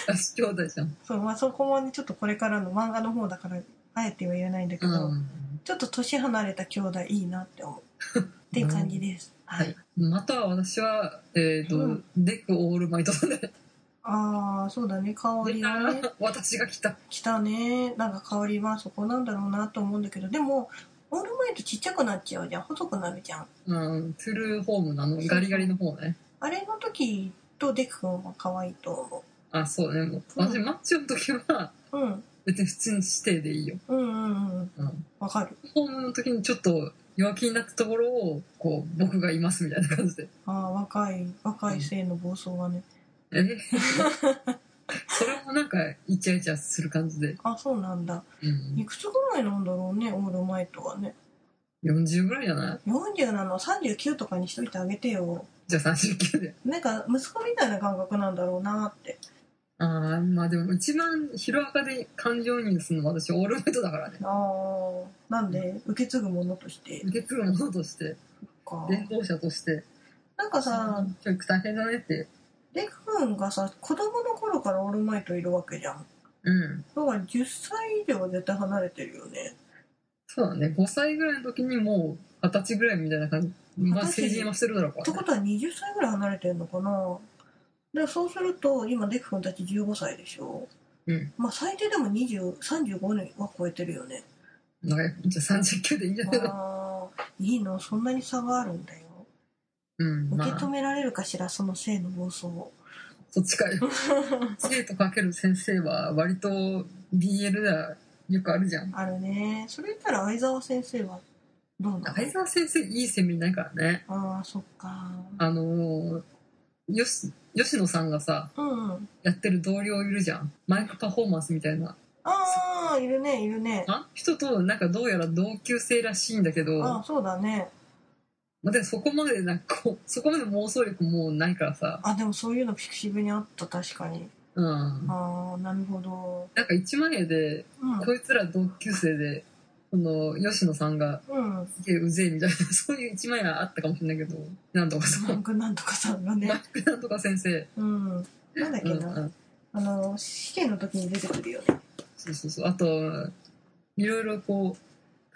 S2: ガチ兄弟じゃん
S1: そうまあそこもねちょっとこれからの漫画の方だからあえては言えないんだけ
S2: う
S1: ど、
S2: ん
S1: ちょっと年離れた兄弟いいなって思う っていう感じです、
S2: は
S1: はい
S2: いまたは私はえっ、と、
S1: うん
S2: デックオールマイトさんで
S1: ああそうだね香りがね
S2: 私が来た
S1: 来たねなんか香りはそこなんだろうなと思うんだけどでもオールマイトちっちゃくなっちゃうじゃん細くなるじゃん
S2: うんトゥルーホームのあのガリガリの方ね
S1: あれの時とデク君は可愛いと思
S2: あそうねもう
S1: うん
S2: 私マッチの時は
S1: う、うん、
S2: 別に普通に指定でいいよ、
S1: うんうんうん
S2: うん、
S1: わかる
S2: ホームの時にちょっと弱気になったところをこう僕がいますみたいな感じで
S1: ああ若い若い性の暴走がね
S2: え それもなんかイチャイチャする感じで、
S1: あそうなんだ
S2: うん
S1: い、くつぐらいなんだろうねオールマイトはね
S2: 40ぐらいじゃない
S1: 40なの39とかにしといてあげてよ
S2: じゃあ39で
S1: なんか息子みたいな感覚なんだろうなって
S2: ああまあでも一番ヒロアカで感情移入するのは私オールマイトだからね
S1: ああなんで受け継ぐものとして
S2: 受け継ぐものとして
S1: か
S2: 伝統者として
S1: なんかさ
S2: 教育大変だねって
S1: レク君がさ子供の頃からオールマイトいるわけじゃん
S2: うん
S1: だから10歳以上は絶対離れてるよね
S2: そうだね5歳ぐらいの時にもう二十歳ぐらいみたいな感じまあ
S1: 二十歳
S2: 成人はしてるだろうか
S1: って
S2: ら、ね
S1: こ、とは20歳ぐらい離れてるのかなでそうすると今デク君たち15歳でしょ
S2: うん
S1: まあ最低でも20 35年は超えてるよ ね
S2: なんかじゃあ39でいいんじゃないの
S1: ああいいのそんなに差があるんだよ
S2: うん
S1: 受
S2: ま
S1: け止
S2: あ
S1: められるかしらその性の暴走を
S2: そっちかよ生徒かける先生は割と BL ではよくあるじゃん
S1: あるねそれ言ったら相沢先生はどうなの
S2: 相沢先生いいセミないからね
S1: ああそっか
S2: あのー、よし吉野さんがさ
S1: うんうん
S2: やってる同僚いるじゃんマイクパフォーマンスみたいな
S1: ああいるねいるね
S2: あ人となんかどうやら同級生らしいんだけど
S1: ああそうだね
S2: まあ、でもそこまでなんかこうそこまで妄想力もうないからさ
S1: あでもそういうのピクシブにあった確かに
S2: うんなん
S1: ああなるほど
S2: か一万円で
S1: うん
S2: こいつら同級生でその吉野さんが
S1: うん
S2: すげえうぜえみたいな そういう一万円はあったかもしれないけどなんとかさ
S1: マンクなんとかさんが
S2: マ
S1: ね
S2: ックなんとか先生
S1: うんなんだっ
S2: う
S1: け
S2: ん
S1: な、
S2: うん
S1: あの試験の時に出てくるよね
S2: そうそうそうあといろいろこう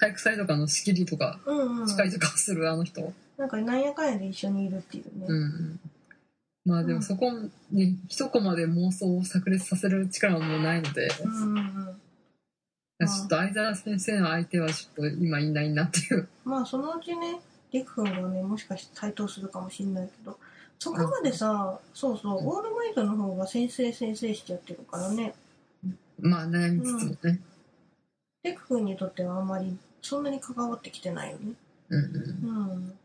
S2: 体育祭とかの仕切りとか
S1: うんうん。
S2: 司会とかをするあの人
S1: なんか、なんやかんやで一緒にいるっていうね。
S2: うんうんまあでもそこもね一コマで妄想を炸裂させる力はもうないので、
S1: うんうんうん。
S2: ちょっと相沢先生の相手はちょっと今いないなっていう
S1: まあそのうちね、りくくんがね、もしかして台頭するかもしれないけど、そこまでさ、そうそう、
S2: うん
S1: オールマイトの方が先生先生しちゃってるからね、
S2: まあ悩みつつもね、
S1: りくくんにとってはあんまりそんなに関わってきてないよね。
S2: うんうん
S1: うん。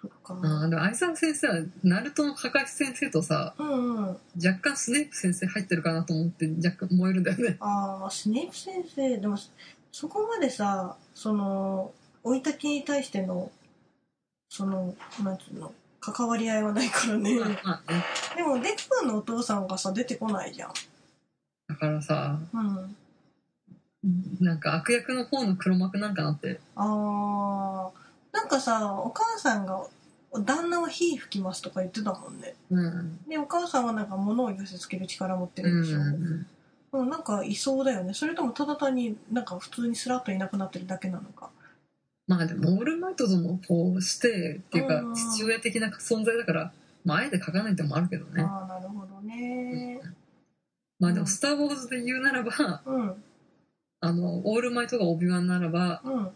S1: そっか。
S2: あーでも相沢先生はナルトのカカシ先生とさ
S1: うんうん。
S2: 若干スネープ先生入ってるかなと思って若干燃えるんだよね
S1: ああ、スネープ先生、でもそこまでさ、その、生い立ちに対しての、その、なんつうの、関わり合いはないからね。
S2: まあまあね
S1: でも、デクくんのお父さんがさ、出てこないじゃん。
S2: だからさ
S1: うん。
S2: なんか悪役の方の黒幕なんかなって
S1: あーなんかさお母さんが「旦那は火吹きます」とか言ってたもんね
S2: うん
S1: でお母さんはなんか物を寄せつける力持って
S2: う
S1: る
S2: ん
S1: でしょ、うん
S2: うん
S1: なんかいそうだよねそれともただ単になんか普通にスラッといなくなってるだけなのか
S2: まあでもオールマイトとのこうしてっていうか
S1: うん
S2: 父親的な存在だからまああえて書かないってのもあるけどね
S1: ああなるほどね
S2: まあでも「スター・ウォーズ」で言うならば
S1: うん
S2: あのオールマイトがオビワンならば
S1: うん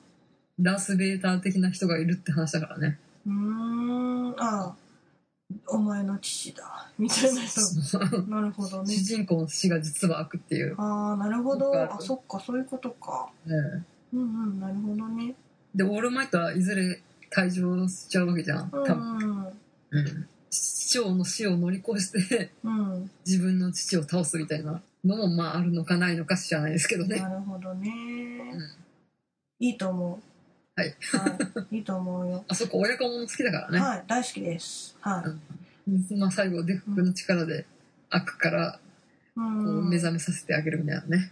S2: ダース・ベイター的な人がいるって話だからね
S1: うーんああお前の父だみたいな 人なるほどね
S2: 主人公の死が実は悪っていう、
S1: ああなるほど
S2: よくある
S1: あそっかそういうことか
S2: うん
S1: うんうんなるほどね
S2: でオールマイトはいずれ退場しちゃうわけじゃん
S1: う
S2: 多分、
S1: ん
S2: うん、父親の死を乗り越して
S1: うんうん
S2: 自分の父を倒すみたいなのもまああるのかないのか知らないですけどね
S1: なるほどね、
S2: ん
S1: いいと思う
S2: はい、
S1: い、いいと思うよ、
S2: あそこ親子もの好きだからね、
S1: はい大好きですはい、
S2: まあ、最後デフクの力で悪から
S1: う
S2: こうん目覚めさせてあげるみたいなね、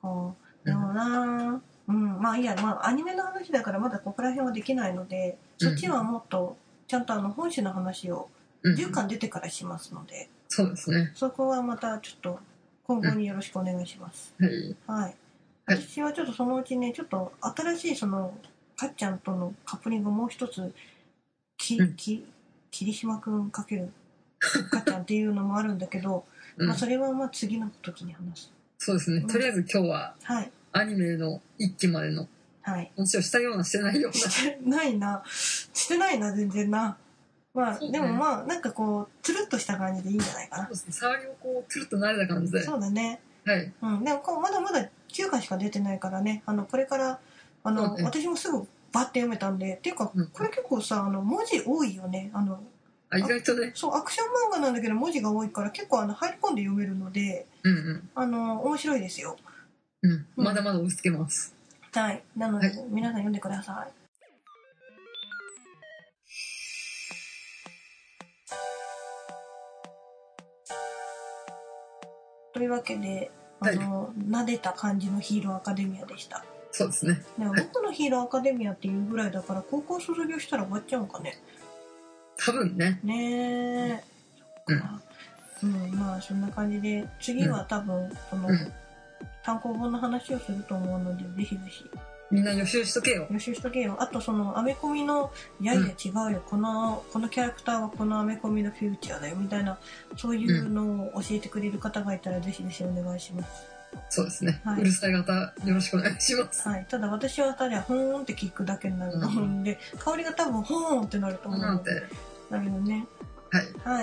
S1: こうでもなうんまあいいやまあアニメの話だからまだここら辺はできないのでそっちはもっとちゃんとあの本誌の話を
S2: うん、
S1: 10巻出てからしますので、
S2: そうですね
S1: そこはまたちょっと今後によろしくお願いします、
S2: はい
S1: はい。
S2: はい
S1: 私はちょっとそのうちね、ちょっと新しいその、かっちゃんとのカップリングをもう一つ、き、
S2: うん
S1: き、霧島くんかける、かっちゃんっていうのもあるんだけど、
S2: うん
S1: まあそれはまあ次の時に話す。
S2: そうですねとりあえず今日は
S1: はい。
S2: アニメの1期までの
S1: はい。
S2: 話をしたようなしてな いような
S1: してないな。してないな、全然な。まあ、
S2: そうね
S1: でもまあ、なんかこう、つるっとした感じでいいんじゃないか
S2: そうですね触りをこうつるっと慣れた感じで
S1: な。そうだね。
S2: はい
S1: うん。でもこう、まだまだ9巻しか出てないからね、あの、これから、あ
S2: そ
S1: の、
S2: うね
S1: 私もすぐバッて読めたんで、っていうか、
S2: うん
S1: これ結構さあの文字多いよねあの
S2: あ意外とね
S1: そうアクション漫画なんだけど文字が多いから結構あの入り込んで読めるので
S2: うんうん
S1: あの面白いですよ
S2: うん、まだまだ押し付けます。
S1: はいなので、
S2: はい
S1: 皆さん読んでくださいというわけであの、撫でた感じのヒーローアカデミアでした
S2: そうですね。
S1: ね
S2: はい
S1: 僕のヒーローアカデミアっていうぐらいだから高校卒業したら終わっちゃうんかね
S2: 多分ね。
S1: ねえ、
S2: うん
S1: うん、まあそんな感じで次は多分その、
S2: うん
S1: 単行本の話をすると思うのでぜひぜひ
S2: みんな予習しとけよ。
S1: 予習しとけよあとそのアメコミの「いやいや違うよ、このこのキャラクターはこのアメコミのフューチャーだよ」みたいなそういうのを教えてくれる方がいたらぜひぜひお願いします、
S2: そうですね。
S1: はいう
S2: るさい方、よろしくお願いします。
S1: はい、ただ私はただ「ほーん」って聞くだけになると思うんで、香りが多分「ほーん」ってなると思う
S2: なん
S1: の
S2: て。
S1: でなるよね
S2: は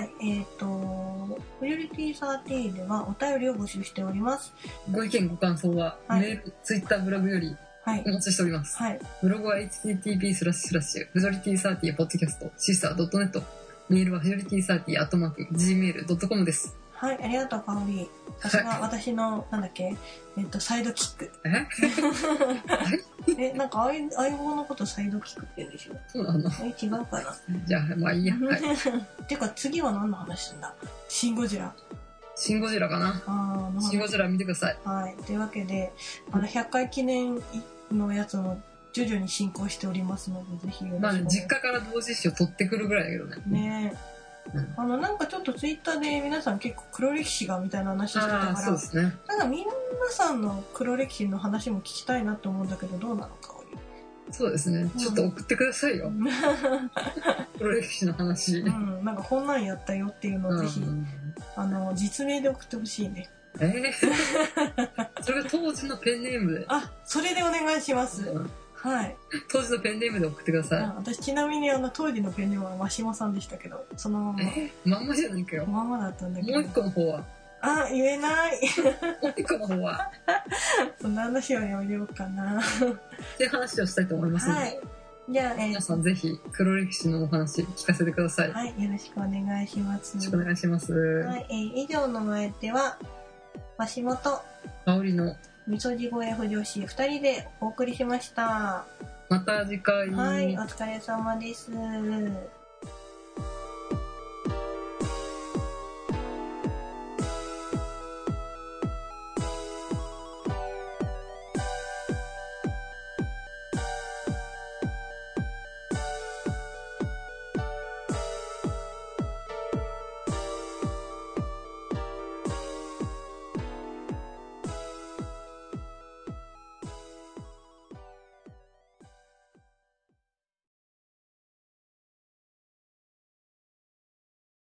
S1: は
S2: い。
S1: い、えっ、と、フリュリティサーティーンではお便りを募集しております。
S2: ご意見、ご感想は、
S1: はい
S2: メール、ツイッター、ブログより
S1: はい
S2: お、待ちしております。
S1: はい、
S2: ブログは http スラッシュスラッシュ、フジョリティサーティポッドキャスト、シスター .net。メールはフジョリティサーティアットマーク、gmail.com です。
S1: はい、ありがとう、香り。私が、私の、なんだっけ、えっ、と、サイドキ ック。
S2: え
S1: え、なんか相、相棒のことサイドキックって言うんでしょ
S2: そうなの
S1: え、違うかな。
S2: じゃあ、まあいいや。はい。
S1: てか、次は何の話すんだシン・ゴジラ。
S2: シンゴジラかな。
S1: あー、の
S2: シンゴ
S1: 話。
S2: ジラ見てください。
S1: はい、というわけで、あの、100回記念のやつも徐々に進行しておりますので、ぜひよろしくお
S2: まあ
S1: 願いし
S2: ね、
S1: ます
S2: 実。家から同時視を取ってくるぐらいだけどね。
S1: ねえ、
S2: うん
S1: あのなんかちょっとツイッターで皆さん結構黒歴史がみたいな話してた
S2: ああ、
S1: か
S2: そう
S1: ら
S2: ですね。
S1: なんか皆さんの黒歴史の話も聞きたいなと思うんだけどどうなのかおり
S2: そうですね。ちょっと送ってくださいよ。プロ歴史の話。
S1: う
S2: うん
S1: ん、なんかこんなんやったよっていうのをぜひ、あの、実名で送ってほしいね。
S2: えー それが当時のペンネームで。
S1: あ、それでお願いします。はい。
S2: 当時のペンネームで送ってください。
S1: あ私ちなみにあの、当時のペンネームはマシモさんでしたけど、そのまま、
S2: えまんまじゃないかよ。
S1: その
S2: も
S1: ままだったんだけど。
S2: う一個の方は。
S1: あ、言えない。
S2: もう一個の方は。
S1: そんな話はやめようかな。
S2: っていう話をしたいと思いますので、
S1: はい。じゃあ、え
S2: 皆
S1: ー
S2: さんぜひ黒歴史のお話聞かせてください。よ
S1: はい、よろしくお願いします
S2: ろ。しくお願いします。
S1: はい、えー以上のお相手は、橋本、
S2: 香りの
S1: みそじ声不女子2人でお送りしました。
S2: また次回。
S1: はい、お疲れ様です。